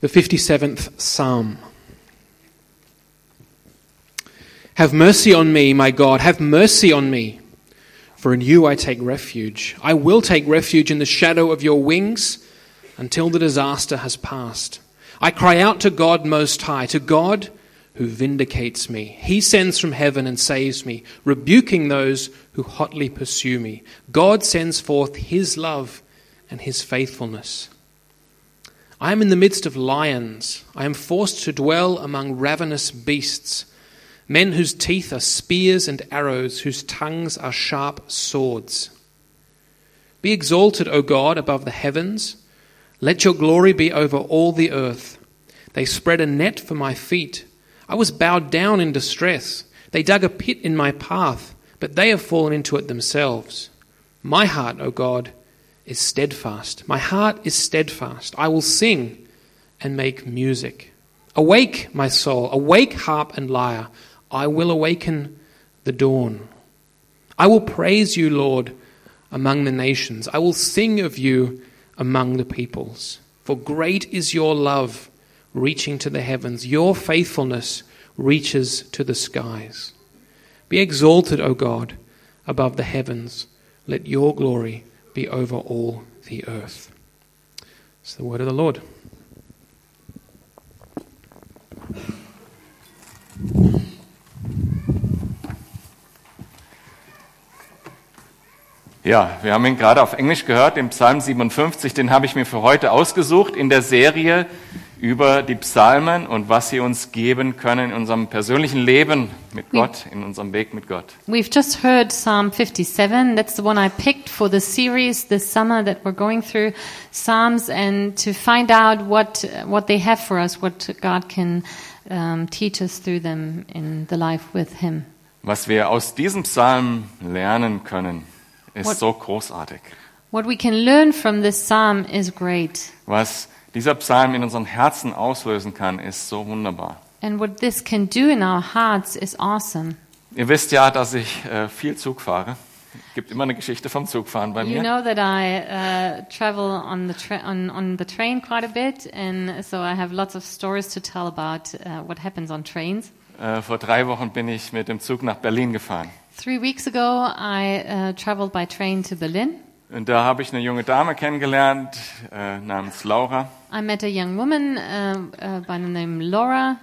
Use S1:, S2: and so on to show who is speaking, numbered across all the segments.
S1: the 57th Psalm. Have mercy on me, my God, have mercy on me, for in you I take refuge. I will take refuge in the shadow of your wings until the disaster has passed. I cry out to God Most High, to God who vindicates me. He sends from heaven and saves me, rebuking those who hotly pursue me. God sends forth his love and his faithfulness. I am in the midst of lions. I am forced to dwell among ravenous beasts, men whose teeth are spears and arrows, whose tongues are sharp swords. Be exalted, O God, above the heavens. Let your glory be over all the earth. They spread a net for my feet. I was bowed down in distress. They dug a pit in my path, but they have fallen into it themselves. My heart, O God, is steadfast. My heart is steadfast. I will sing and make music. Awake, my soul. Awake, harp and lyre. I will awaken the dawn. I will praise you, Lord, among the nations. I will sing of you among the peoples. For great is your love reaching to the heavens, your faithfulness reaches to the skies. Be exalted, O God, above the heavens. Let your glory be over all the earth. It's the word of the Lord.
S2: Ja, wir haben ihn gerade auf Englisch gehört, den Psalm 57, den habe ich mir für heute ausgesucht in der Serie über die Psalmen und was sie uns geben können in unserem persönlichen Leben mit Gott, in unserem Weg mit Gott.
S3: We've just heard Psalm 57. That's the one I picked for the series this summer that we're going through Psalms and to find out what what they have for us, what God can um, teach us through them in the life with Him.
S2: Was wir aus diesem Psalm lernen können, ist
S3: What-
S2: so großartig.
S3: What we can learn from this psalm is great,
S2: Was dieser Psalm in unseren Herzen auslösen kann, ist so wunderbar.
S3: and what this can do in our hearts is awesome.
S2: Ihr wisst ja, dass ich äh, viel Zug fahre. Gibt immer eine Geschichte vom Zugfahren bei
S3: You
S2: mir.
S3: know that I uh, travel on the tra- on on the train quite a bit, and so I have lots of stories to tell about uh, what happens on trains.
S2: Äh, vor drei Wochen bin ich mit dem Zug nach Berlin gefahren.
S3: Three weeks ago, I uh, traveled by train to Berlin.
S2: Und da habe ich eine junge Dame kennengelernt äh, namens Laura.
S3: I met a young woman uh, uh, by the name Laura,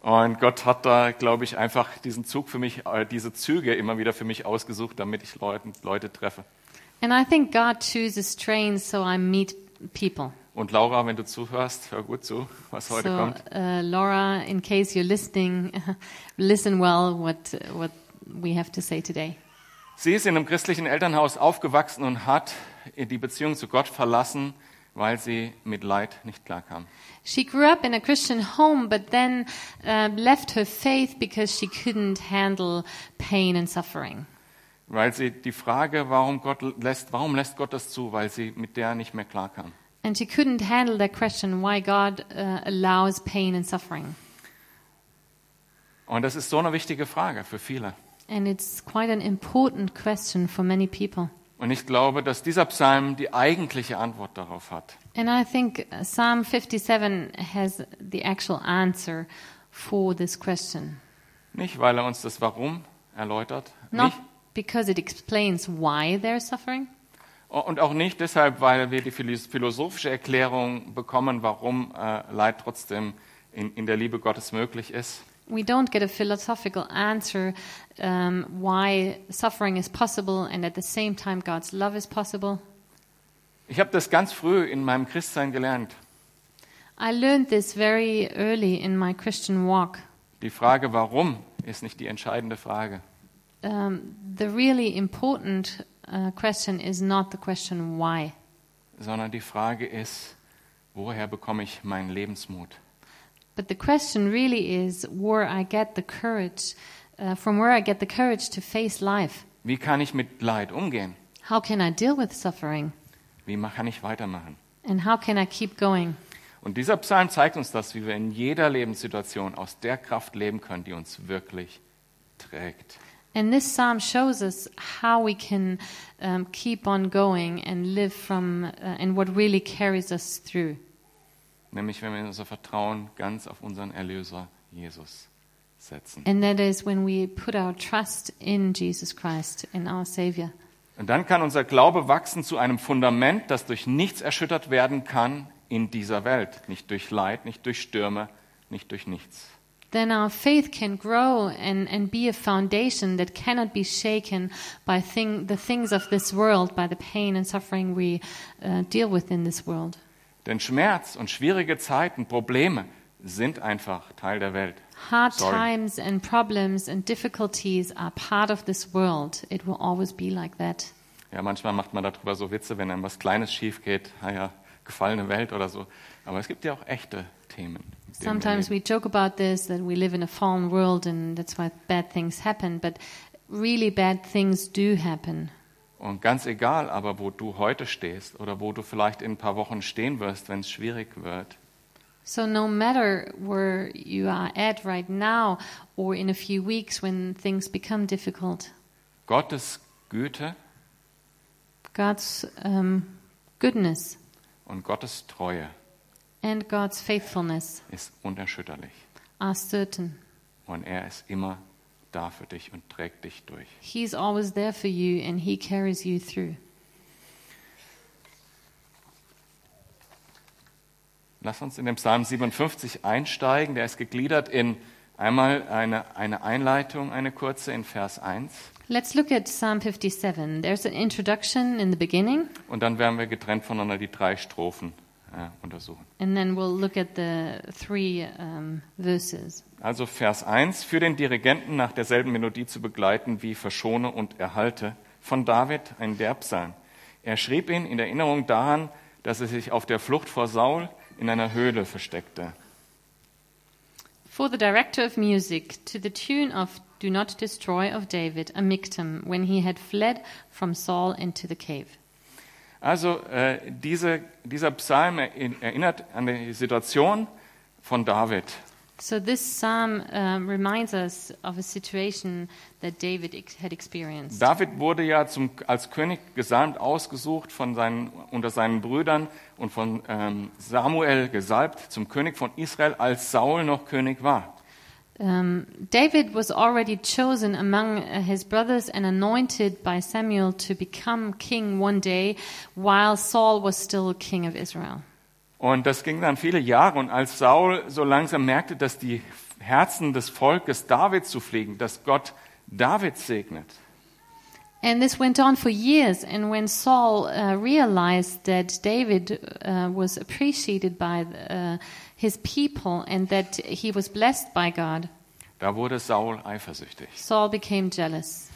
S2: Und Gott hat da, glaube ich, einfach diesen Zug für mich, äh, diese Züge immer wieder für mich ausgesucht, damit ich Leuten, Leute treffe.
S3: and I think God chooses trains so I meet people.
S2: Und Laura, wenn du zuhörst, hör gut zu, was heute
S3: so,
S2: kommt.
S3: uh, Laura, in case you're listening, listen well what what we have to say today.
S2: Sie ist in einem christlichen Elternhaus aufgewachsen und hat die Beziehung zu Gott verlassen, weil sie mit Leid nicht klarkam.
S3: She grew up in a Christian home, but then uh, left her faith because she couldn't handle pain and suffering.
S2: Weil sie die Frage, warum Gott lässt, warum lässt Gott das zu, weil sie mit der nicht mehr klarkam.
S3: And she couldn't handle that question why God uh, allows pain and suffering.
S2: Und das ist so eine wichtige Frage für viele.
S3: And it's quite an important question for many people.
S2: Und ich glaube, dass dieser Psalm die eigentliche Antwort darauf hat.
S3: And I think uh, Psalm 57 has the actual answer for this question.
S2: Nicht, weil er uns das Warum erläutert,
S3: Not
S2: nicht,
S3: because it explains why they're suffering,
S2: und auch nicht deshalb, weil wir die philis- philosophische Erklärung bekommen, warum äh, Leid trotzdem in, in der Liebe Gottes möglich ist,
S3: We don't get a philosophical answer um, why suffering is possible and at the same time God's love is possible.
S2: Ich habe das ganz früh in meinem Christsein gelernt.
S3: I learned this very early in my Christian walk.
S2: Die Frage warum ist nicht die entscheidende Frage.
S3: Um, the really important uh, question is not the question why,
S2: sondern die Frage ist, woher bekomme ich meinen Lebensmut?
S3: but the question really is where I get the courage, uh, from where I get the courage to face life.
S2: Wie kann ich mit Leid umgehen?
S3: How can I deal with suffering?
S2: Wie ma- kann ich weitermachen?
S3: And how can I keep going?
S2: Und dieser Psalm zeigt uns das, wie wir in jeder Lebenssituation aus der Kraft leben können, die uns wirklich trägt.
S3: And this psalm shows us how we can um, keep on going and live from uh, and what really carries us through.
S2: nämlich wenn wir unser Vertrauen ganz auf unseren Erlöser Jesus setzen.
S3: And that is when we put our trust in Jesus Christ, in our Savior.
S2: Und dann kann unser Glaube wachsen zu einem Fundament, das durch nichts erschüttert werden kann in dieser Welt. Nicht durch Leid, nicht durch Stürme, nicht durch nichts.
S3: Then our faith can grow and, and be a foundation that cannot be shaken by thing, the things of this world, by the pain and suffering we uh, deal with in this world.
S2: Denn Schmerz und schwierige Zeiten, Probleme sind einfach Teil der Welt.
S3: Hard
S2: Sorry.
S3: times and problems and difficulties are part of this world. It will always be like that.
S2: Ja, manchmal macht man darüber so Witze, wenn einem was Kleines schief geht, ah ja, gefallene Welt oder so. Aber es gibt ja auch echte Themen. mit denen wir
S3: Sometimes
S2: leben.
S3: we joke about this that we live in a fallen world and that's why bad things happen, but really bad things do happen.
S2: Und ganz egal aber, wo du heute stehst oder wo du vielleicht in ein paar Wochen stehen wirst, wenn es schwierig wird,
S3: So no matter where you are at right now or in a few weeks when things become difficult,
S2: Gottes Güte
S3: God's um, goodness
S2: und Gottes Treue
S3: and God's faithfulness
S2: ist unerschütterlich.
S3: are certain.
S2: Und er ist immer da für dich und trägt dich durch.
S3: He's always there for you and he carries you through.
S2: Lass uns in den Psalm 57 einsteigen. Der ist gegliedert in einmal eine, eine Einleitung, eine kurze in Vers 1.
S3: Let's look at Psalm 57. There's an introduction in the beginning,
S2: Und dann werden wir getrennt voneinander die drei Strophen äh, untersuchen.
S3: and then we'll look at the three um, verses.
S2: Also Vers 1, für den Dirigenten nach derselben Melodie zu begleiten wie Verschone und Erhalte, von David ein Derbpsalm. Er schrieb ihn in Erinnerung daran, dass er sich auf der Flucht vor Saul in einer Höhle versteckte.
S3: For the director of music, to the tune of Do Not Destroy of David, a mictum, when he had fled from Saul into the cave.
S2: Also äh, diese, dieser Psalm erin- erinnert an die Situation von David.
S3: So this psalm um, reminds us of a situation that David ex- had experienced.
S2: David wurde ja zum, als König gesalbt, ausgesucht von seinen, unter seinen Brüdern und von ähm, Samuel gesalbt zum König von Israel, als Saul noch König war.
S3: Um, David was already chosen among uh, his brothers and anointed by Samuel to become king one day while Saul was still king of Israel.
S2: Und das ging dann viele Jahre. Und als Saul so langsam merkte, dass die Herzen des Volkes Davids zu pflegen, dass Gott David segnet,
S3: And this went on for years. And when Saul uh, realized that David uh, was appreciated by uh, his people and that he was blessed by God,
S2: da wurde Saul eifersüchtig.
S3: Saul became jealous.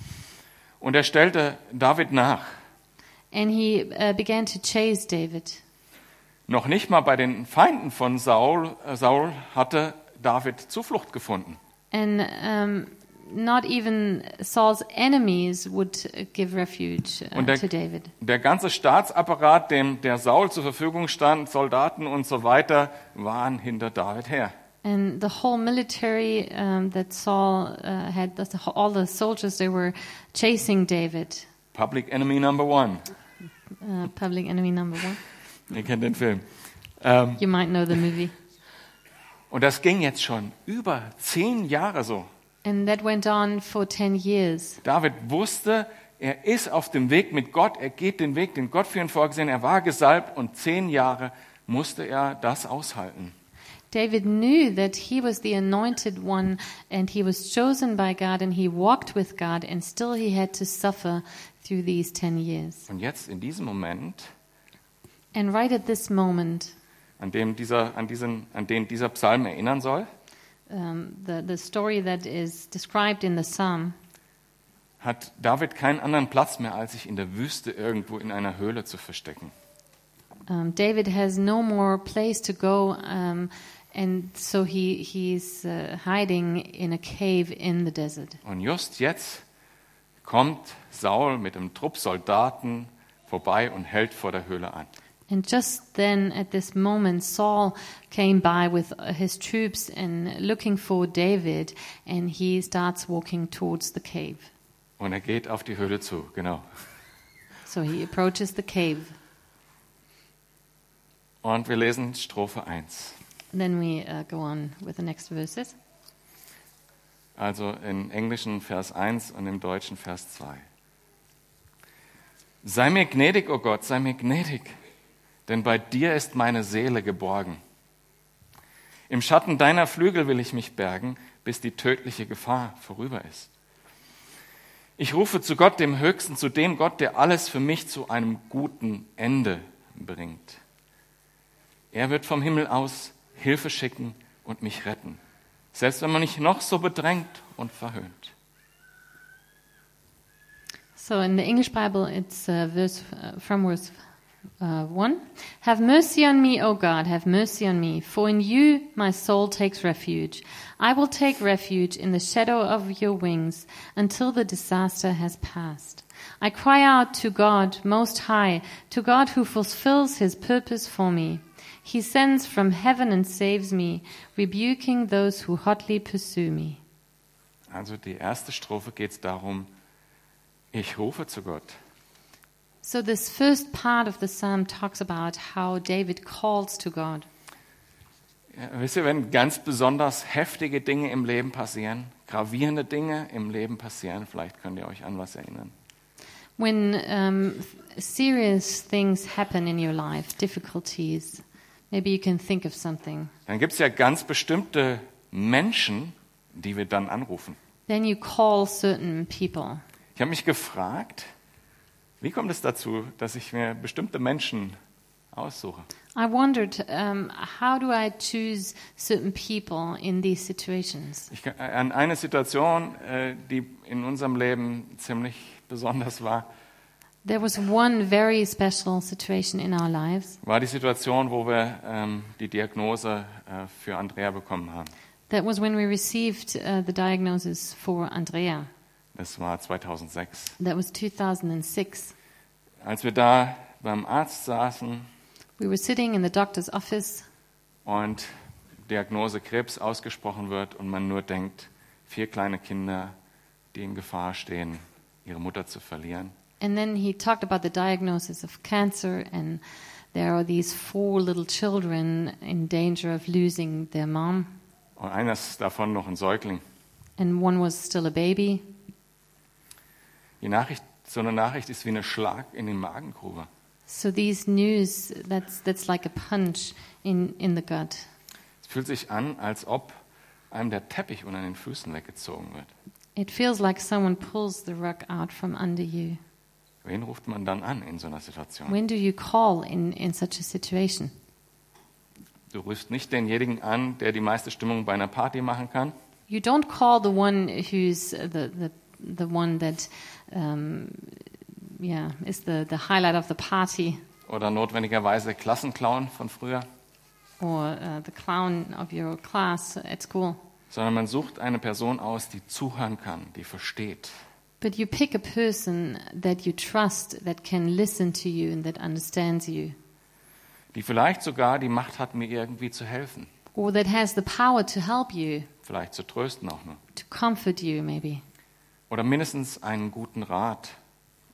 S2: Und er stellte David nach.
S3: And he uh, began to chase David.
S2: Noch nicht mal bei den Feinden von Saul, äh, Saul hatte David Zuflucht gefunden.
S3: And um, not even Saul's enemies would uh, give refuge uh,
S2: Und der,
S3: to David.
S2: der ganze Staatsapparat, dem der Saul zur Verfügung stand, Soldaten und so weiter, waren hinter David her.
S3: And the whole military um, that Saul uh, had, that's the, whole- all the soldiers, they were chasing David,
S2: Public Enemy Number One.
S3: uh, public enemy number one.
S2: Ihr kennt den Film. Ähm,
S3: You might know the movie.
S2: Und das ging jetzt schon über zehn Jahre so.
S3: And that went on for 10 years.
S2: David wusste, er ist auf dem Weg mit Gott, er geht den Weg, den Gott für ihn vorgesehen, er war gesalbt und zehn Jahre musste er das aushalten.
S3: David knew that he was the anointed one and he was chosen by God and he walked with God and still he had to suffer through these 10 years.
S2: Und jetzt in diesem Moment,
S3: And right at this moment,
S2: an dem dieser, an diesen, an den dieser Psalm erinnern soll,
S3: um, the, the story that is described in the psalm,
S2: hat David keinen anderen Platz mehr, als sich in der Wüste irgendwo in einer Höhle zu verstecken.
S3: um, David has no more place to go, um, and so he he's uh, hiding in a cave in the desert.
S2: Und just jetzt kommt Saul mit einem Trupp Soldaten vorbei und hält vor der Höhle an.
S3: And just then, at this moment, Saul came by with uh, his troops and looking for David, and he starts walking towards the cave.
S2: Und er geht auf die Höhle zu, genau.
S3: So he approaches the cave.
S2: Und wir lesen Strophe 1.
S3: Then we uh, go on with the next verses.
S2: Also im Englischen Vers 1 und im Deutschen Vers 2. Sei mir gnädig, o Gott, sei mir gnädig, denn bei dir ist meine Seele geborgen. Im Schatten deiner Flügel will ich mich bergen, bis die tödliche Gefahr vorüber ist. Ich rufe zu Gott, dem Höchsten, zu dem Gott, der alles für mich zu einem guten Ende bringt. Er wird vom Himmel aus Hilfe schicken und mich retten, selbst wenn man mich noch so bedrängt und verhöhnt.
S3: So in the English Bible, it's uh, verse uh, from verse uh, one. Have mercy on me, O God, have mercy on me, for in you my soul takes refuge. I will take refuge in the shadow of your wings until the disaster has passed. I cry out to God most high, to God who fulfills his purpose for me. He sends from heaven and saves me, rebuking those who hotly pursue me.
S2: Also die erste Strophe geht es darum, ich rufe zu Gott.
S3: So this first part of the psalm talks about how David calls to God.
S2: Ja, wisst ihr, wenn ganz besonders heftige Dinge im Leben passieren, gravierende Dinge im Leben passieren, vielleicht könnt ihr euch an was erinnern.
S3: When um, serious things happen in your life, difficulties, maybe you can think of something.
S2: Dann gibt es ja ganz bestimmte Menschen, die wir dann anrufen.
S3: Then you call certain people.
S2: Ich habe mich gefragt, wie kommt es dazu, dass ich mir bestimmte Menschen aussuche?
S3: I wondered, um, how do I choose certain people in these situations?
S2: Ich, kann- äh, an eine Situation, äh, die in unserem Leben ziemlich besonders war,
S3: There was one very special situation in our lives.
S2: war die Situation, wo wir ähm, die Diagnose äh, für Andrea bekommen haben.
S3: That was when we received uh, the diagnosis for Andrea.
S2: Das war 2006.
S3: That was 2006.
S2: Als wir da beim Arzt saßen
S3: We were sitting in the doctor's office,
S2: und Diagnose Krebs ausgesprochen wird und man nur denkt, vier kleine Kinder, die in Gefahr stehen, ihre Mutter zu verlieren.
S3: and then he talked about the diagnosis of cancer, and there are these four little children in danger of losing their mom,
S2: Und eines davon noch ein Säugling.
S3: and one was still a baby.
S2: Die Nachricht, so eine Nachricht ist wie ein Schlag in die Magengrube.
S3: So these news that's that's like a punch in in the gut.
S2: Es fühlt sich an, als ob einem der Teppich unter den Füßen weggezogen wird.
S3: It feels like someone pulls the rug out from under you.
S2: Wen ruft man dann an in so einer Situation?
S3: When do you call in in such a situation?
S2: Du rufst nicht denjenigen an, der die meiste Stimmung bei einer Party machen kann.
S3: You don't call the one who's uh, the the, the one that, um, yeah, is the, the highlight of the party
S2: Oder notwendigerweise der Klassenclown von früher,
S3: or uh, the clown of your class at school.
S2: sondern man sucht eine Person aus, die zuhören kann, die versteht.
S3: But you pick a person that you trust, that can listen to you and that understands you,
S2: Die vielleicht sogar die Macht hat, mir irgendwie zu helfen.
S3: or that has the power to help you,
S2: Vielleicht zu trösten auch nur.
S3: to comfort you, maybe,
S2: Oder mindestens einen guten Rat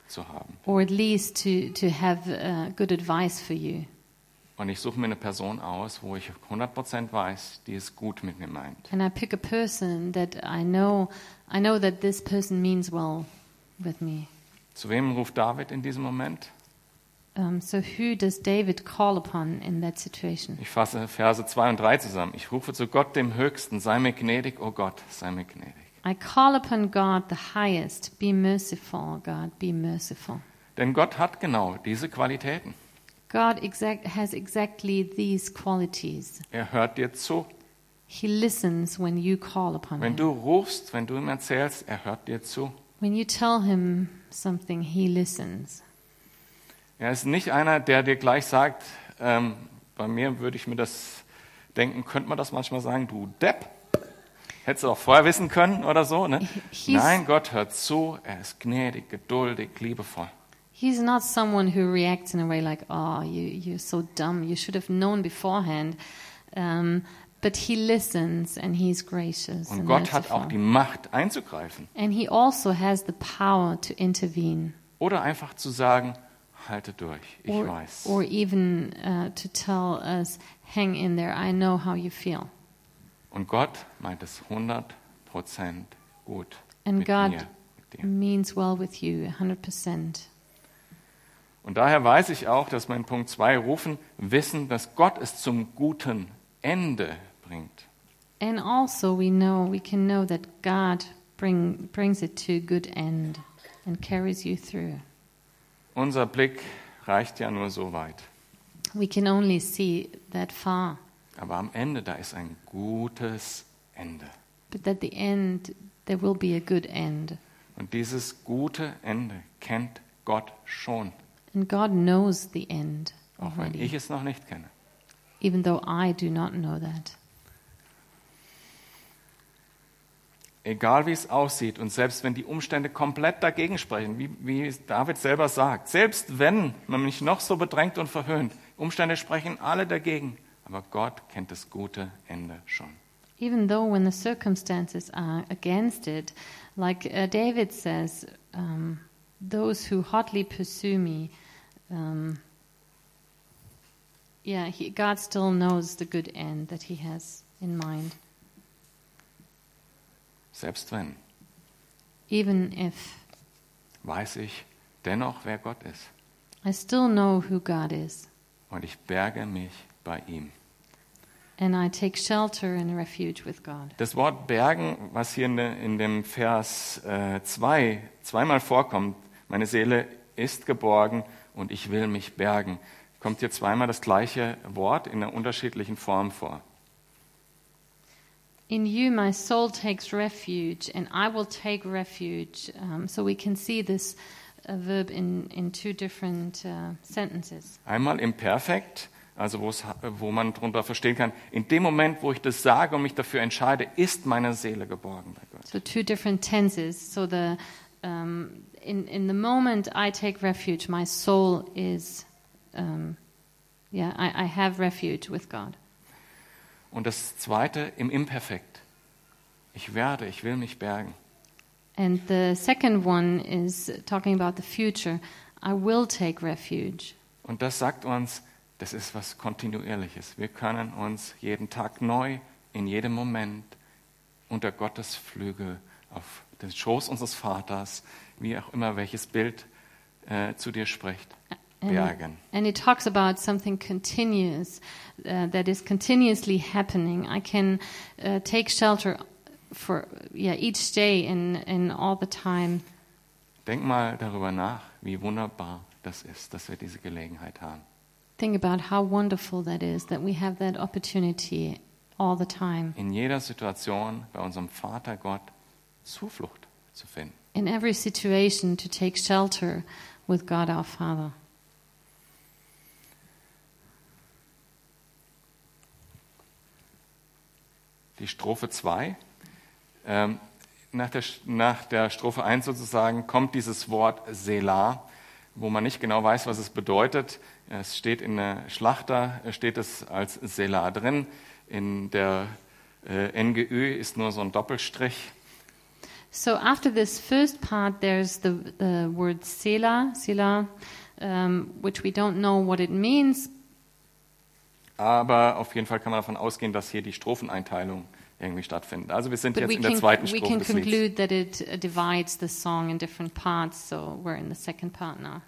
S2: zu haben.
S3: or at least to to have uh, good advice for you.
S2: Und ich suche mir eine Person aus, wo ich 100% weiß, die es gut mit mir meint.
S3: And I pick a person that I know, I know that this person means well with me.
S2: Zu wem ruft David in diesem Moment?
S3: Um, so who does David call upon in that situation?
S2: Ich fasse Verse 2 und 3 zusammen. Ich rufe zu Gott dem Höchsten, sei mir gnädig, o Gott, sei mir gnädig.
S3: I call upon God the highest. Be merciful, God, be merciful.
S2: Denn Gott hat genau diese Qualitäten.
S3: God exact, has exactly these qualities.
S2: Er hört dir zu.
S3: He listens when you call upon
S2: Wenn
S3: him.
S2: du rufst, wenn du ihm erzählst, er hört dir zu.
S3: When you tell him something, he listens.
S2: Er ist nicht einer, der dir gleich sagt, ähm, bei mir würde ich mir das denken, könnte man das manchmal sagen, du Depp, hättest du auch vorher wissen können oder so. Ne?
S3: Hieß-
S2: Nein, Gott hört zu, er ist gnädig, geduldig, liebevoll.
S3: He's not someone who reacts in a way like, oh, you, you're so dumb, you should have known beforehand. Um, but he listens and he's gracious.
S2: Und
S3: and
S2: Gott hat
S3: merciful.
S2: auch die Macht einzugreifen
S3: And he also has the power to intervene
S2: oder einfach zu sagen, halte durch, ich
S3: or,
S2: weiß.
S3: or even uh, to tell us, hang in there, I know how you feel.
S2: Und Gott meint es 100 Prozent gut
S3: And
S2: mit
S3: God-
S2: mir. Mit dir.
S3: Means well with you, 100%.
S2: Und daher weiß ich auch, dass mein Punkt 2 rufen, wissen, dass Gott es zum guten Ende bringt.
S3: And also we know, we can know that God bring, brings it to a good end and carries you through.
S2: Unser Blick reicht ja nur so weit.
S3: We can only see that far,
S2: Aber am Ende, da ist ein gutes Ende.
S3: but at the end, there will be a good end.
S2: Und dieses gute Ende kennt Gott schon,
S3: And God knows the end
S2: auch wenn ich
S3: already,
S2: es noch nicht kenne.
S3: even though I do not know that.
S2: Egal wie es aussieht und selbst wenn die Umstände komplett dagegen sprechen, wie, wie David selber sagt, selbst wenn man mich noch so bedrängt und verhöhnt, Umstände sprechen alle dagegen, aber Gott kennt das gute Ende schon.
S3: Even though when the circumstances are against it, like uh, David says, um, those who hotly pursue me, um, yeah, he, God still knows the good end that He has in mind,
S2: Selbst wenn,
S3: even if
S2: weiß ich dennoch, wer Gott ist
S3: I still know who God is,
S2: und ich berge mich bei ihm.
S3: and I take shelter and refuge with God.
S2: Das Wort bergen, was hier in, de, in dem Vers 2 zwei, zweimal vorkommt, meine Seele ist geborgen und ich will mich bergen, kommt hier zweimal das gleiche Wort in einer unterschiedlichen Form vor.
S3: In you, my soul takes refuge, and I will take refuge. Um, so we can see this uh, verb in, in two different uh, sentences.
S2: Einmal im Perfekt, also wo es- wo man darunter verstehen kann, in dem Moment, wo ich das sage und mich dafür entscheide, ist meine Seele geborgen bei Gott.
S3: So two different tenses. So the um, in in the moment I take refuge, my soul is, um, yeah, I, I have refuge with God.
S2: Und das zweite im Imperfekt. Ich werde, ich will mich bergen.
S3: And the second one is talking about the future. I will take refuge.
S2: Und das sagt uns, das ist was Kontinuierliches. Wir können uns jeden Tag neu, in jedem Moment unter Gottes Flügel auf den Schoß unseres Vaters, wie auch immer welches Bild äh, zu dir spricht, bergen.
S3: And it talks about something continuous uh, that is continuously happening. I can uh, take shelter for yeah each day and and all the time.
S2: Denk mal darüber nach, wie wunderbar das ist, dass wir diese Gelegenheit haben.
S3: Think about how wonderful that is that we have that opportunity all the time
S2: In jeder Situation bei unserem Vater Gott Zuflucht zu finden.
S3: in every situation to take shelter with God our Father.
S2: die Strophe 2. Ähm, nach, der, nach der Strophe 1 sozusagen kommt dieses Wort Selah, wo man nicht genau weiß, was es bedeutet. Es steht in der Schlachter, äh, steht es als Selah drin. In der äh, NGÜ ist nur so ein Doppelstrich.
S3: So after this first part, there's the, the word Selah, Selah, um, which we don't know what it means,
S2: Aber auf jeden Fall kann man davon ausgehen, dass hier die Stropheneinteilung irgendwie stattfindet. Also wir sind
S3: but
S2: jetzt
S3: we
S2: in der
S3: can,
S2: zweiten
S3: we
S2: Strophe
S3: can
S2: des Lieds.
S3: conclude that it uh, divides the song in different parts, so we're in the second part now.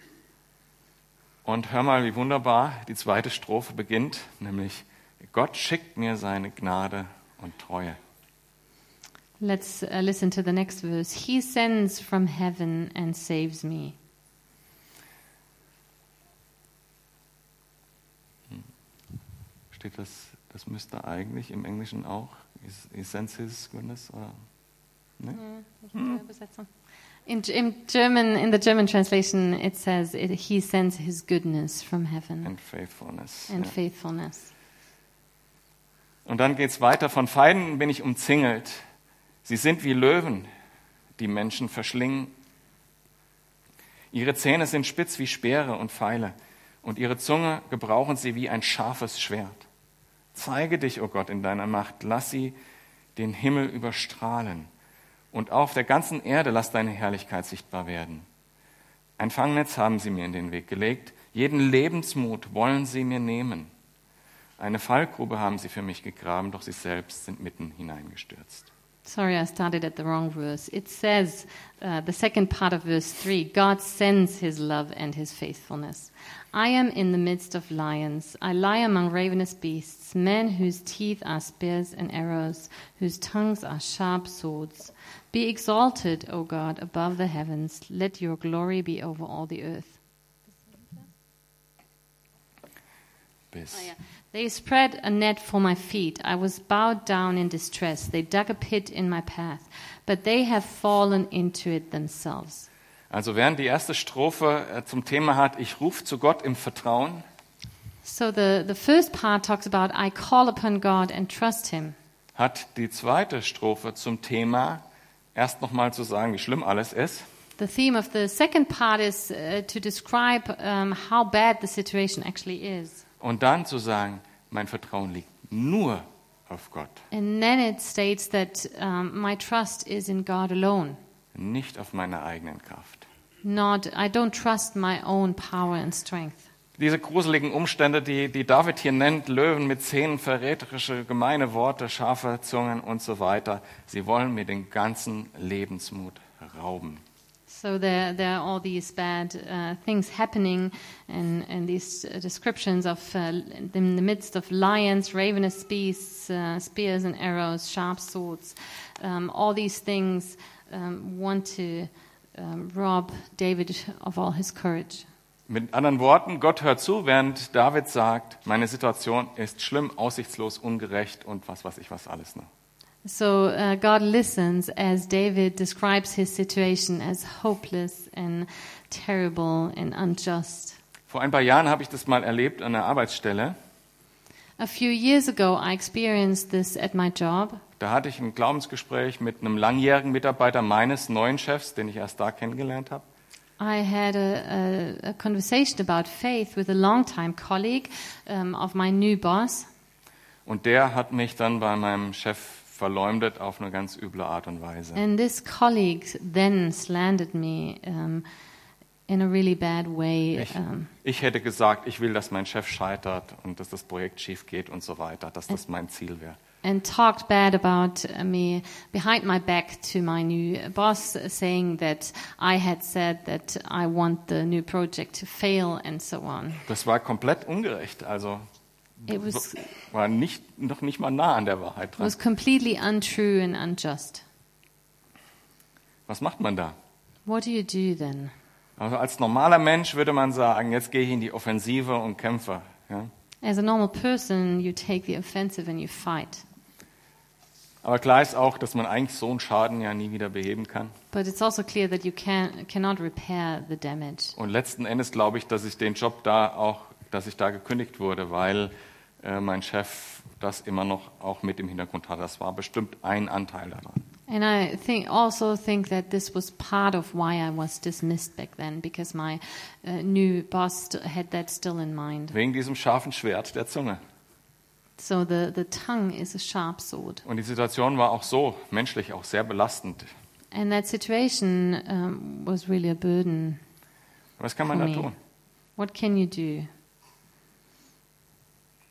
S2: Und hör mal, wie wunderbar die zweite Strophe beginnt, nämlich Gott schickt mir seine Gnade und Treue.
S3: Let's uh, listen to the next verse. He sends from heaven and saves me.
S2: Steht das, das müsste eigentlich im Englischen auch, is- is sense his goodness, oder?
S3: In, in German, in the German translation, it says, it, "He sends His goodness from heaven
S2: And faithfulness.
S3: and
S2: ja.
S3: faithfulness."
S2: Und dann geht's weiter, von Feinden bin ich umzingelt. Sie sind wie Löwen, die Menschen verschlingen. Ihre Zähne sind spitz wie Speere und Pfeile, und ihre Zunge gebrauchen sie wie ein scharfes Schwert. Zeige dich, o Gott, in deiner Macht, lass sie den Himmel überstrahlen, und auf der ganzen Erde lass deine Herrlichkeit sichtbar werden. Ein Fangnetz haben sie mir in den Weg gelegt. Jeden Lebensmut wollen sie mir nehmen. Eine Fallgrube haben sie für mich gegraben, doch sie selbst sind mitten hineingestürzt.
S3: Sorry, I started at the wrong verse. It says, uh, the second part of verse 3 God sends his love and his faithfulness. I am in the midst of lions. I lie among ravenous beasts, men whose teeth are spears and arrows, whose tongues are sharp swords. Be exalted, O God, above the heavens. Let your glory be over all the earth.
S2: Bis.
S3: They spread a net for my feet. I was bowed down in distress. They dug a pit in my path, but they have fallen into it themselves.
S2: Also während die erste Strophe äh, zum Thema hat, ich rufe zu Gott im Vertrauen,
S3: So the, the first part talks about I call upon God and trust him.
S2: hat die zweite Strophe zum Thema erst nochmal zu sagen, wie schlimm alles ist.
S3: The theme of the second part is uh, to describe um, how bad the situation actually is.
S2: Und dann zu sagen, mein Vertrauen liegt nur auf Gott,
S3: And then it states that um, my trust is in God alone.
S2: nicht auf meine eigenen Kraft.
S3: Not I don't trust my own power and strength.
S2: Diese gruseligen Umstände, die, die David hier nennt, Löwen mit Zähnen, verräterische, gemeine Worte, scharfe Zungen und so weiter, sie wollen mir den ganzen Lebensmut rauben.
S3: So there, there are all these bad uh, things happening, and, and these uh, descriptions of uh, in the midst of lions, ravenous beasts, uh, spears and arrows, sharp swords. Um, all these things um, want to um, rob David of all his courage.
S2: Mit anderen Worten, Gott hört zu, während David sagt, meine Situation ist schlimm, aussichtslos, ungerecht und was weiß ich was alles noch.
S3: So uh, God listens as David describes his situation as hopeless and terrible and unjust.
S2: Vor ein paar Jahren habe ich das mal erlebt an der Arbeitsstelle.
S3: A few years ago, I experienced this at my job.
S2: Da hatte ich ein Glaubensgespräch mit einem langjährigen Mitarbeiter meines neuen Chefs, den ich erst da kennengelernt habe.
S3: I had a, a, a conversation about faith with a longtime colleague um, of my new boss,
S2: Und der hat mich dann bei meinem Chef verleumdet auf eine ganz üble Art und Weise.
S3: and this colleague then slandered me um, in a really bad way.
S2: Ich,
S3: Um,
S2: ich hätte gesagt, ich will, dass mein Chef scheitert und dass das Projekt schief geht und so weiter, dass das mein Ziel wäre.
S3: and talked bad about me behind my back to my new boss, saying that I had said that I want the new project to fail and so on.
S2: Das war komplett ungerecht, also
S3: It was
S2: war nicht, noch nicht mal nah an der Wahrheit dran.
S3: was completely untrue and unjust.
S2: Was macht man da?
S3: What do you do then?
S2: Also als normaler Mensch würde man sagen, jetzt gehe ich in die Offensive und kämpfe. Ja?
S3: As a normal person, you take the offensive and you fight.
S2: Aber klar ist auch, dass man eigentlich so einen Schaden ja nie wieder beheben kann.
S3: But it's also clear that you can, cannot repair the damage.
S2: Und letzten Endes glaube ich, dass ich den Job da auch, dass ich da gekündigt wurde, weil äh, mein Chef das immer noch auch mit im Hintergrund hatte. Das war bestimmt ein Anteil daran.
S3: And I think also think that this was part of why I was dismissed back then, because my uh, new boss st- had that still in mind.
S2: Wegen diesem scharfen Schwert der Zunge.
S3: So the, the tongue is a sharp sword.
S2: Und die Situation war auch so, menschlich auch sehr belastend.
S3: And that situation um, was really a burden
S2: Was kann
S3: for
S2: man da
S3: me.
S2: tun?
S3: What can you do?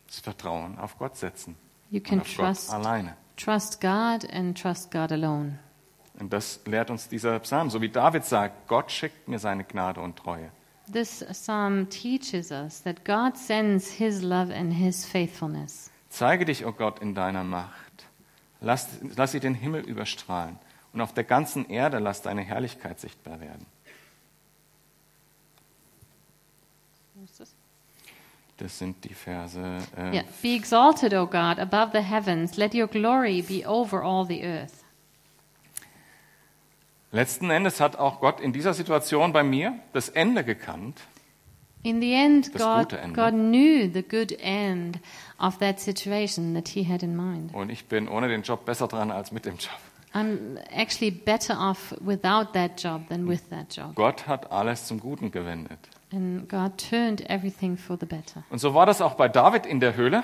S2: Das Vertrauen auf Gott setzen.
S3: You
S2: Und
S3: can
S2: auf Gott
S3: trust,
S2: alleine.
S3: trust God and trust God alone.
S2: Und das lehrt uns dieser Psalm. So wie David sagt, Gott schickt mir seine Gnade und Treue.
S3: This psalm teaches us that God sends his love and his faithfulness.
S2: Zeige dich, o Gott, in deiner Macht. Lass, lass sie den Himmel überstrahlen. Und auf der ganzen Erde lass deine Herrlichkeit sichtbar werden. Das sind die Verse. Äh,
S3: Yeah. Be exalted, O God, above the heavens. Let your glory be over all the earth.
S2: Letzten Endes hat auch Gott in dieser Situation bei mir das Ende gekannt.
S3: In the end,
S2: Das
S3: God,
S2: gute Ende.
S3: God knew the good end of that situation that he had in mind.
S2: Und ich bin ohne den Job besser dran als mit dem Job.
S3: I'm actually better off without that job than with that job.
S2: Gott hat alles zum Guten gewendet.
S3: And God turned everything for the better.
S2: Und so war das auch bei David in der Höhle.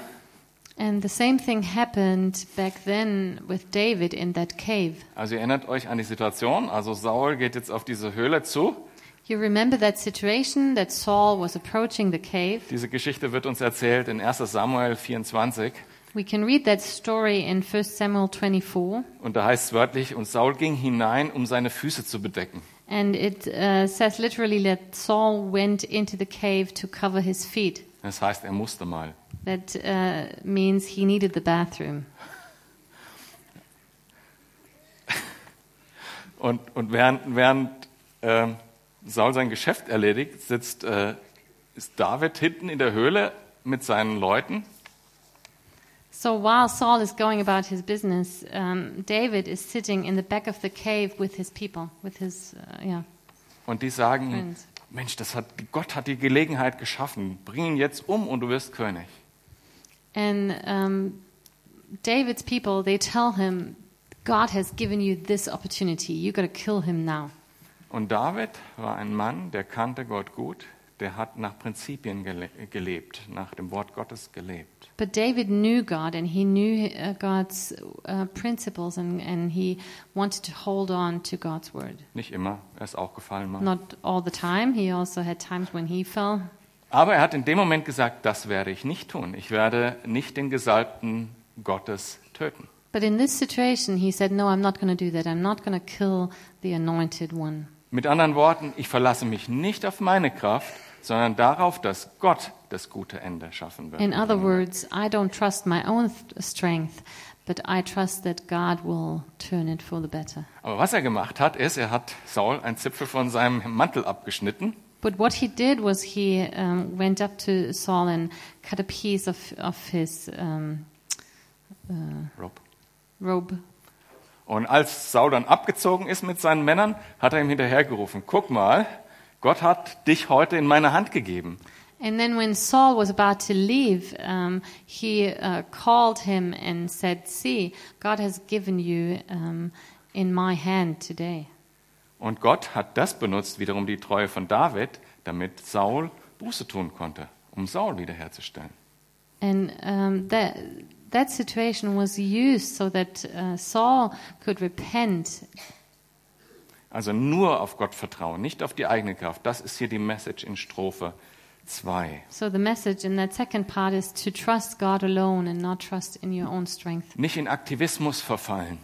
S3: And the same thing happened back then with David in that cave.
S2: Also ihr erinnert euch an die Situation. Also Saul geht jetzt auf diese Höhle zu
S3: You remember that situation that Saul was approaching the cave?
S2: Diese Geschichte wird uns erzählt in 1 Samuel 24
S3: We can read that story in 1 Samuel 24,
S2: und da heißt es wörtlich, und Saul ging hinein, um seine Füße zu bedecken.
S3: and it uh, says literally that Saul went into the cave to cover his feet.
S2: Das heißt, er musste mal.
S3: That uh, means he needed the bathroom.
S2: Und, und während, während ähm, Saul sein Geschäft erledigt, sitzt äh, ist David hinten in der Höhle mit seinen Leuten
S3: So while Saul is going about his business, um, David is sitting in the back of the cave with his people, with his, uh, yeah.
S2: und die sagen, ihm,
S3: Friends.
S2: Mensch, das hat, Gott hat die Gelegenheit geschaffen, bring ihn jetzt um und du wirst König.
S3: And um, David's people, they tell him, God has given you this opportunity. You got to kill him now.
S2: Und David war ein Mann, der kannte Gott gut, der hat nach Prinzipien gele gelebt, nach dem Wort Gottes gelebt.
S3: But David knew God and he knew uh, God's uh, principles and, and he wanted to hold on to God's word.
S2: Nicht immer, er ist auch gefallen. Mann.
S3: Not all the time. He also had times when he fell.
S2: Aber er hat in dem Moment gesagt, das werde ich nicht tun. Ich werde nicht den Gesalbten Gottes töten.
S3: But in this situation, he said, No, I'm not going to do that. I'm not going to kill the anointed one.
S2: Mit anderen Worten, ich verlasse mich nicht auf meine Kraft, sondern darauf, dass Gott das gute Ende schaffen wird.
S3: In other words, I don't trust my own th- strength, but I trust that God will turn it for the better.
S2: Aber was er gemacht hat, ist, er hat Saul einen Zipfel von seinem Mantel abgeschnitten
S3: But what he did was he um, went up to Saul and cut a piece of, of his um,
S2: Rob.
S3: robe.
S2: und als Saul dann abgezogen ist mit seinen Männern, hat er ihm hinterhergerufen, guck mal, Gott hat dich heute in meine Hand gegeben.
S3: And then when Saul was about to leave, um, he uh, called him and said, See, God has given you um, in my hand today.
S2: Und Gott hat das benutzt, wiederum die Treue von David, damit Saul Buße tun konnte, um Saul wiederherzustellen.
S3: And um, that that situation was used so that uh, Saul could repent.
S2: Also nur auf Gott vertrauen, nicht auf die eigene Kraft. Das ist hier die Message in Strophe 2.
S3: So the message in that second part is to trust God alone and not trust in your own strength,
S2: Nicht in Aktivismus verfallen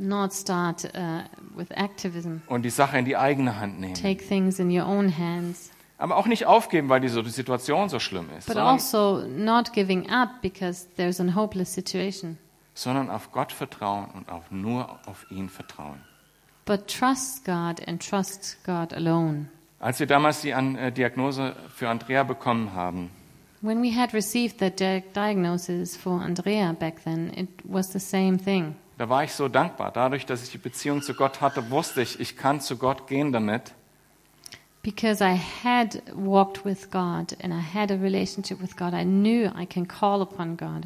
S3: not start uh, with activism.
S2: und die Sache in die eigene Hand nehmen.
S3: Take things in your own hands,
S2: Aber auch nicht aufgeben, weil die, so, die Situation so schlimm ist,
S3: but
S2: sondern,
S3: also not giving up because there's an hopeless situation.
S2: sondern auf Gott vertrauen und auch nur auf ihn vertrauen.
S3: But trust God and trust God alone.
S2: Als wir damals die An äh, Diagnose für Andrea bekommen haben,
S3: When we had received that di- diagnosis for Andrea back then, it was the same thing.
S2: Da war ich so dankbar. Dadurch, dass ich die Beziehung zu Gott hatte, wusste ich, ich kann zu Gott gehen damit.
S3: Because I had walked with God and I had a relationship with God, I knew I can call upon God.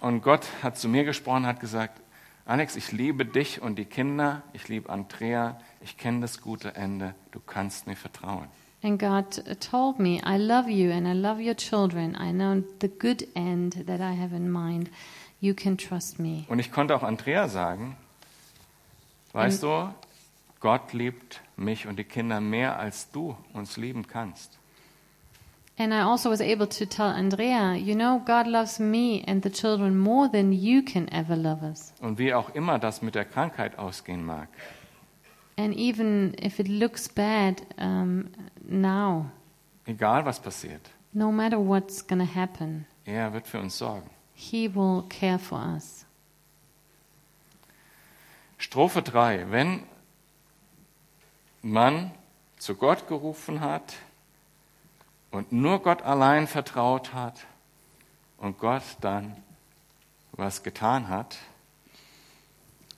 S2: Und Gott hat zu mir gesprochen, hat gesagt, Alex, ich liebe dich und die Kinder, ich liebe Andrea, ich kenne das gute Ende, du kannst mir vertrauen.
S3: And God uh, told me, I love you and I love your children. I know the good end that I have in mind. You can trust me.
S2: Und ich konnte auch Andrea sagen, weißt du, Gott liebt mich und die Kinder mehr, als du uns lieben kannst.
S3: And I also was able to tell Andrea, you know, God loves me and the children more than you can ever love us.
S2: Und wie auch immer das mit der Krankheit ausgehen mag,
S3: And even if it looks bad um, now,
S2: egal was passiert,
S3: no matter what's going to happen,
S2: er wird für uns sorgen.
S3: He will care for us.
S2: Strophe 3. Wenn man zu Gott gerufen hat und nur Gott allein vertraut hat und Gott dann was getan hat,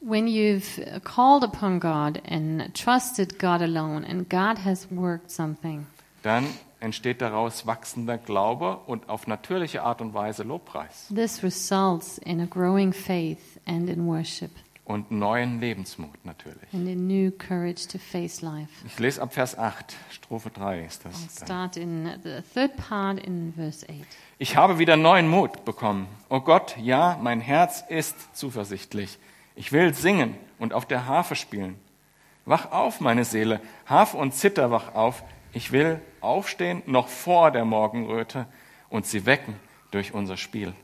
S3: When you've uh, called upon God and trusted God alone, and God has worked something,
S2: dann entsteht daraus wachsender Glaube und auf natürliche Art und Weise Lobpreis
S3: this results in a growing faith and in worship
S2: und neuen Lebensmut natürlich.
S3: and in new courage to face life.
S2: Ich lese ab Vers 8, Strophe 3 ist
S3: I'll
S2: das. Dann.
S3: start in the third part in verse 8.
S2: Ich habe wieder neuen Mut bekommen. O Gott, ja, mein Herz ist zuversichtlich. Ich will singen und auf der Harfe spielen. Wach auf, meine Seele, Haf und Zitter, wach auf. Ich will aufstehen noch vor der Morgenröte und sie wecken durch unser Spiel.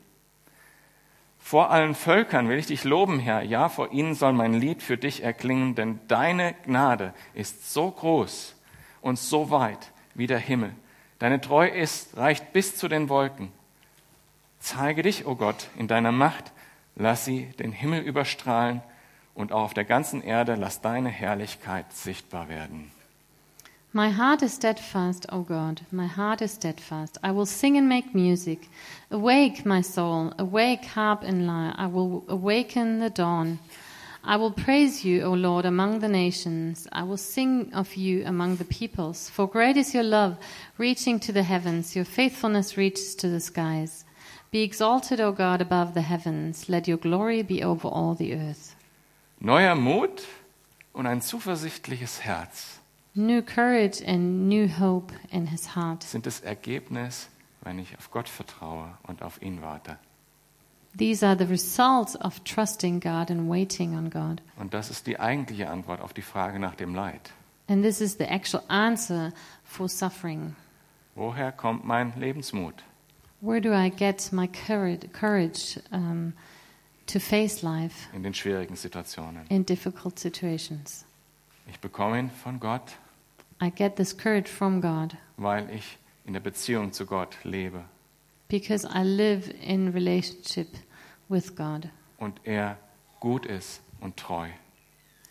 S2: Vor allen Völkern will ich dich loben, Herr. Ja, vor ihnen soll mein Lied für dich erklingen, denn deine Gnade ist so groß und so weit wie der Himmel. Deine Treue ist, reicht bis zu den Wolken. Zeige dich, o oh Gott, in deiner Macht. Lass sie den Himmel überstrahlen und auch auf der ganzen Erde lass deine Herrlichkeit sichtbar werden.
S3: My heart is steadfast, O God, my heart is steadfast. I will sing and make music. Awake, my soul, awake, harp and lyre. I will awaken the dawn. I will praise you, O Lord, among the nations. I will sing of you among the peoples. For great is your love, reaching to the heavens. Your faithfulness reaches to the skies. Be exalted, O God, above the heavens. Let your glory be over all the earth.
S2: Neuer Mut und ein zuversichtliches Herz
S3: New courage and new hope in his heart.
S2: sind das Ergebnis, wenn ich auf Gott vertraue und auf ihn warte.
S3: These are the results of trusting God and waiting on God.
S2: Und das ist die eigentliche Antwort auf die Frage nach dem Leid.
S3: And this is the actual answer for suffering.
S2: Woher kommt mein Lebensmut?
S3: Where do I get my courage, courage um, to face life
S2: in den schwierigen Situationen.
S3: in difficult situations?
S2: Ich bekomme ihn von Gott,
S3: I get this courage from God
S2: weil ich in der Beziehung zu Gott lebe
S3: because I live in relationship with God.
S2: und er gut ist und treu.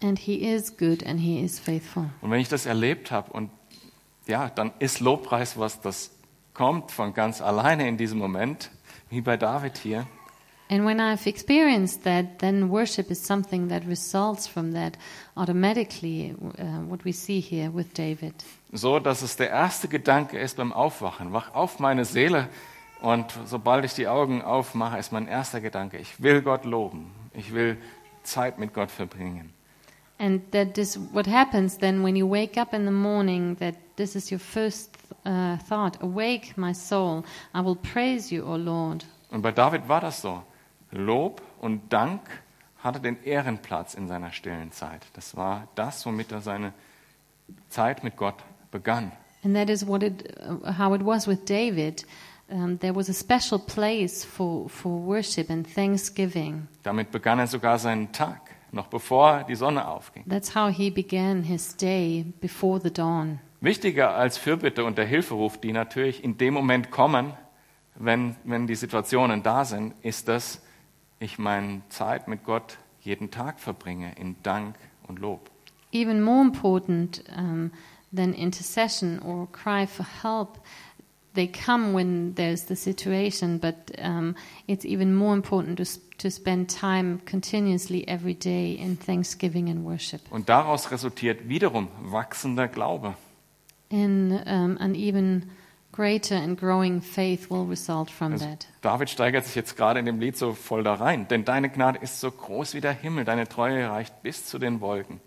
S3: And He is good and He is faithful.
S2: Und wenn ich das erlebt habe und ja, dann ist Lobpreis was, das kommt von ganz alleine in diesem Moment, wie bei David hier.
S3: And when I've experienced that, then worship is something that results from that automatically, uh, what we see here with David.
S2: So, dass es der erste Gedanke ist beim Aufwachen. Wach auf meine Seele. Und sobald ich die Augen aufmache, ist mein erster Gedanke, ich will Gott loben. Ich will Zeit mit Gott verbringen.
S3: And that is what happens then when you wake up in the morning, that this is your first uh, thought Awake, my soul, I will praise you, O Lord.
S2: Und bei David war das so. Lob und Dank hatte den Ehrenplatz in seiner stillen Zeit. Das war das, womit er seine Zeit mit Gott begann.
S3: And that is what it, uh, how it was with David. Um, there was a special place for, for worship and thanksgiving.
S2: Damit begann er sogar seinen Tag, noch bevor die Sonne aufging.
S3: That's how he began his day before the dawn.
S2: Wichtiger als Fürbitte und der Hilferuf, die natürlich in dem Moment kommen, wenn, wenn die Situationen da sind, ist, dass ich meine Zeit mit Gott jeden Tag verbringe in Dank und Lob.
S3: even more important um, than intercession or cry for help. They come when there's the situation, but um, it's even more important to, s- to spend time continuously every day in thanksgiving and worship.
S2: Und daraus resultiert wiederum wachsender Glaube.
S3: And um, an even greater and growing faith will result from
S2: Also
S3: that.
S2: David steigert sich jetzt gerade in dem Lied so voll da rein. Denn deine Gnade ist so groß wie der Himmel, deine Treue reicht bis zu den Wolken.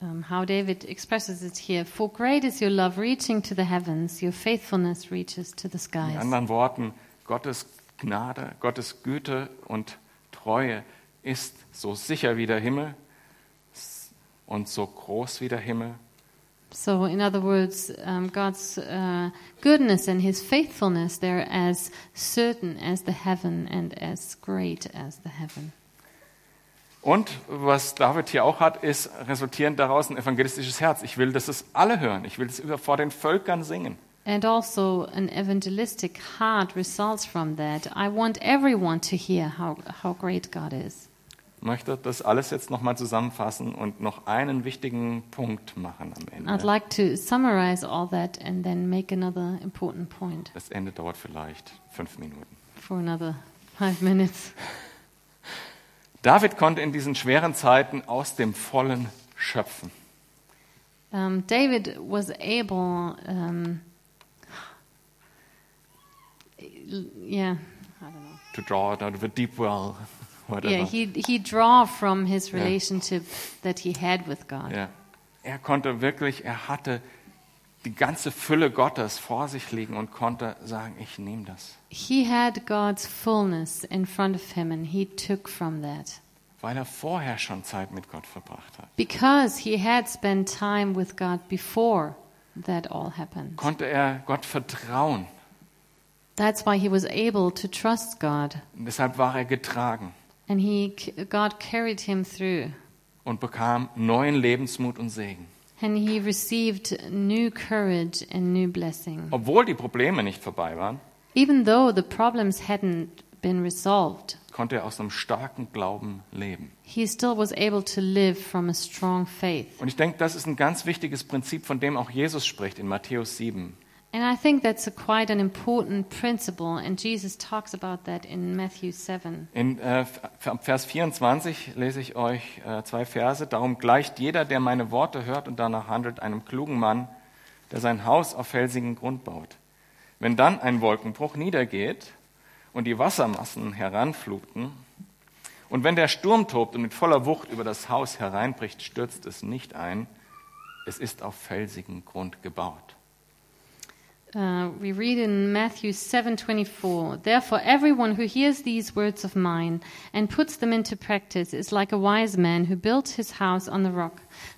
S3: Um, how David expresses it here For great is your love reaching to the heavens, your faithfulness reaches to the
S2: In
S3: skies.
S2: anderen Worten, Gottes Gnade, Gottes Güte und Treue ist so sicher wie der Himmel und so groß wie der Himmel
S3: So, in other words, um, God's uh, goodness and His faithfulness, they're as certain as the heaven and as great as the heaven.
S2: Und was David hier auch hat, ist resultierend daraus ein evangelistisches Herz. Ich will, dass es alle hören. Ich will es über- vor den Völkern singen.
S3: And also, an evangelistic heart results from that. I want everyone to hear how, how great God is.
S2: Ich möchte das alles jetzt nochmal zusammenfassen und noch einen wichtigen Punkt machen am Ende.
S3: I'd like to summarize all that and then make another important point
S2: Das Ende dauert vielleicht fünf Minuten.
S3: for another five minutes.
S2: David konnte in diesen schweren Zeiten aus dem Vollen schöpfen.
S3: Um, David was able, um, yeah.
S2: To draw it out of a deep well, whatever.
S3: Yeah, he he draw from his relationship that he had with God.
S2: Ja. Er konnte wirklich, er hatte die ganze Fülle Gottes vor sich liegen und konnte sagen, ich nehme das.
S3: He had God's fullness in front of him and he took from that.
S2: weil er vorher schon Zeit mit Gott verbracht hat.
S3: Because he had spent time with God before that all happened.
S2: Konnte er Gott vertrauen.
S3: That's why he was able to trust God.
S2: Und deshalb war er getragen
S3: And he, God carried him through.
S2: und bekam neuen Lebensmut und Segen.
S3: And he received new courage and new blessing.
S2: Obwohl die Probleme nicht vorbei waren,
S3: Even though the problems hadn't been resolved,
S2: konnte er aus einem starken Glauben leben.
S3: he still was able to live from a strong faith.
S2: Und ich denke, das ist ein ganz wichtiges Prinzip, von dem auch Jesus spricht in Matthäus 7.
S3: And I think that's a quite an important principle, and Jesus talks about that in Matthew 7.
S2: In äh, Vers 24 lese ich euch äh, zwei Verse. Darum gleicht jeder, der meine Worte hört und danach handelt, einem klugen Mann, der sein Haus auf felsigen Grund baut. Wenn dann ein Wolkenbruch niedergeht und die Wassermassen heranfluten, und wenn der Sturm tobt und mit voller Wucht über das Haus hereinbricht, stürzt es nicht ein. Es ist auf felsigen Grund gebaut.
S3: Uh, we read in Matthew 7:24, "Therefore everyone who hears these words of mine and puts them into practice is like a wise man who built his house on the rock.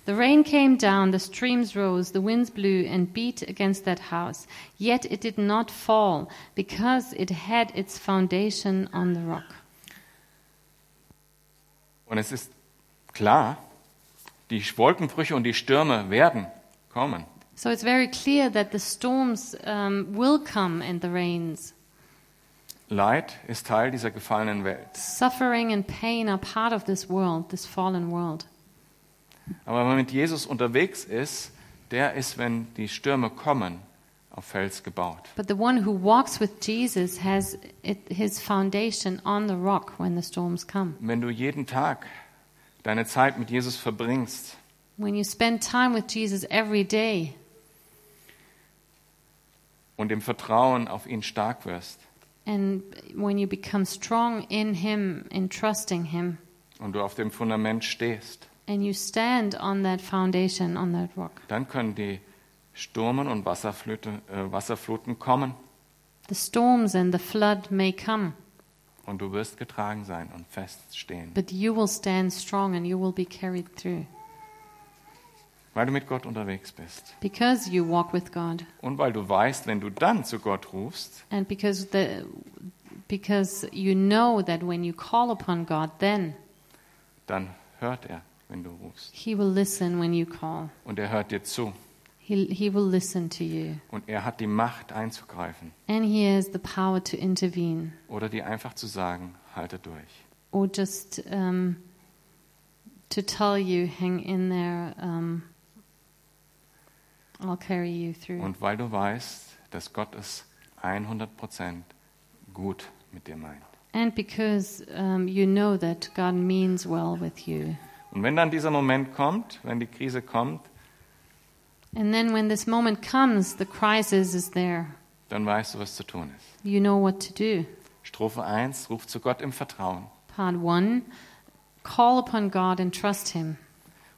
S3: The rain came down, the streams rose, the winds blew and beat against that house, yet it did not fall, because it had its foundation on the rock."
S2: Und es ist klar, die Wolkenbrüche und die Stürme werden kommen.
S3: So it's very clear that the storms um, will come and the rains.
S2: Leid ist Teil dieser gefallenen Welt.
S3: Suffering and pain are part of this world, this fallen world.
S2: Aber wenn man mit Jesus unterwegs ist, der ist, wenn die Stürme kommen, auf Fels gebaut.
S3: But the one who walks with Jesus has it, his foundation on the rock when the storms come.
S2: Und wenn du jeden Tag deine Zeit mit Jesus verbringst,
S3: When you spend time with Jesus every day
S2: und im Vertrauen auf ihn stark wirst
S3: and when you become strong in him, in trusting him,
S2: und du auf dem Fundament stehst,
S3: and you stand on that foundation, on that rock,
S2: dann können die Stürme und Wasserflüte, äh, Wasserfluten kommen
S3: the storms and the flood may come,
S2: und du wirst getragen sein und feststehen,
S3: but you will stand strong and you will be carried through
S2: weil du mit Gott unterwegs bist
S3: because you walk with God
S2: und weil du weißt, wenn du dann zu Gott rufst,
S3: and because the because you know that when you call upon God, then
S2: dann hört er, wenn du rufst
S3: He will listen when you call.
S2: und er hört dir zu.
S3: He, he will listen to you.
S2: Und er hat die Macht einzugreifen
S3: And He has the power to intervene
S2: oder dir einfach zu sagen, halte durch.
S3: or just um, to tell you, hang in there, um, I'll carry you through.
S2: Und weil du weißt, dass Gott es 100% gut mit dir meint.
S3: and because um, you know that God means well with you.
S2: Und wenn dann dieser Moment kommt, wenn die Krise kommt,
S3: And then when this moment comes, the crisis is there.
S2: dann weißt du, was zu tun ist.
S3: You know what to do.
S2: Strophe 1, ruf zu Gott im Vertrauen
S3: Part one call upon God and trust Him.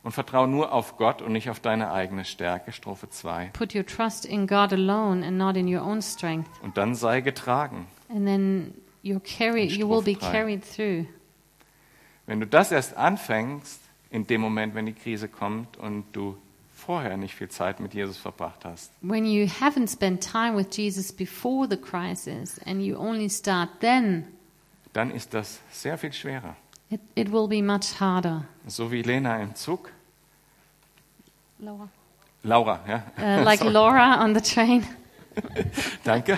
S2: und vertraue nur auf Gott und nicht auf deine eigene Stärke. Strophe 2.
S3: Put your trust in God alone and not in your own strength.
S2: Und dann sei getragen.
S3: and then you're carry,
S2: And
S3: you will be
S2: strafrei.
S3: carried through.
S2: Wenn du das erst anfängst, in dem Moment, wenn die Krise kommt und du vorher nicht viel Zeit mit Jesus verbracht hast,
S3: When you haven't spent time with Jesus before the crisis and you only start then,
S2: dann ist das sehr viel schwerer.
S3: it, it will be much harder.
S2: So wie Lena im Zug.
S3: Laura.
S2: Laura, ja.
S3: Uh, like
S2: Sorry.
S3: Laura on the train.
S2: Danke.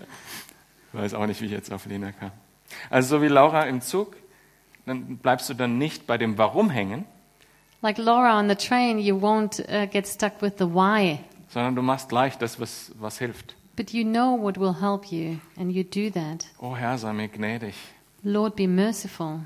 S2: Weiß auch nicht, wie ich jetzt auf Lena kam. Also so wie Laura im Zug, dann bleibst du dann nicht bei dem Warum hängen,
S3: Like Laura on the train, you won't uh, get stuck with the why,
S2: sondern du machst gleich das, was, was hilft.
S3: but you know what will help you, and you do that.
S2: Oh Herr, sei mir gnädig.
S3: Lord, be merciful.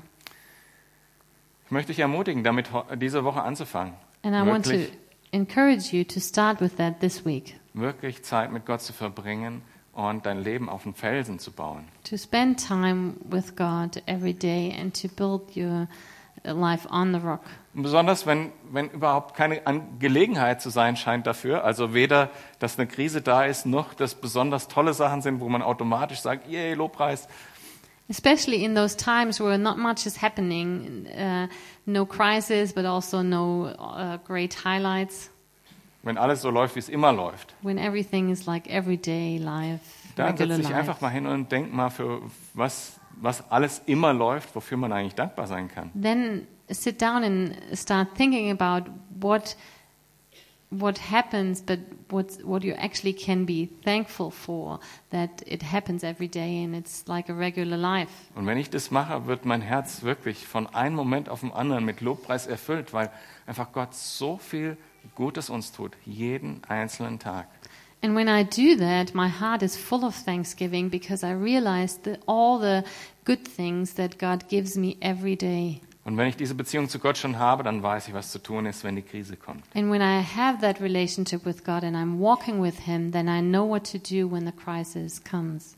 S2: Ich möchte dich ermutigen, damit ho- diese Woche anzufangen.
S3: And I want to
S2: Wirklich,
S3: encourage you to start with that this week,
S2: wirklich Zeit mit Gott zu verbringen und dein Leben auf den Felsen zu bauen.
S3: to spend time with God every day and to build your uh, life on the rock.
S2: Und Besonders wenn, wenn überhaupt keine An- Gelegenheit zu sein scheint dafür, also weder, dass eine Krise da ist, noch dass besonders tolle Sachen sind, wo man automatisch sagt, yay, Lobpreis,
S3: Especially in those times where not much is happening, uh, no crisis, but also no uh, great highlights.
S2: Wenn alles so läuft, wie es immer läuft,
S3: When everything is like everyday life,
S2: dann setz
S3: regular
S2: dich
S3: life.
S2: einfach mal hin und denk mal für was, was alles immer läuft, wofür man eigentlich dankbar sein kann.
S3: Then sit down and start thinking about what what happens, but what what you actually can be thankful for. That it happens every day and it's like a regular life.
S2: Und wenn ich das mache, wird mein Herz wirklich von einem Moment auf den anderen mit Lobpreis erfüllt, weil einfach Gott so viel Gutes uns tut, jeden einzelnen Tag.
S3: And when I do that, my heart is full of thanksgiving because I realize that all the good things that God gives me every day.
S2: Und wenn ich diese Beziehung zu Gott schon habe, dann weiß ich, was zu tun ist, wenn die Krise kommt.
S3: And when I have that relationship with God and I'm walking with Him, then I know what to do when the crisis comes.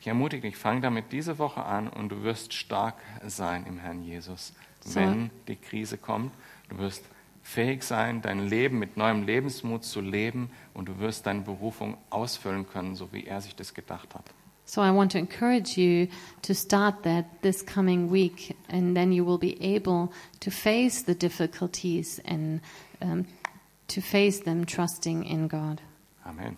S2: Ich ermutige dich, fang damit diese Woche an und du wirst stark sein im Herrn Jesus,
S3: So.
S2: wenn die Krise kommt. Du wirst fähig sein, dein Leben mit neuem Lebensmut zu leben und du wirst deine Berufung ausfüllen können, so wie er sich das gedacht hat.
S3: So I want to encourage you to start that this coming week, and then you will be able to face the difficulties and um, to face them trusting in God.
S2: Amen.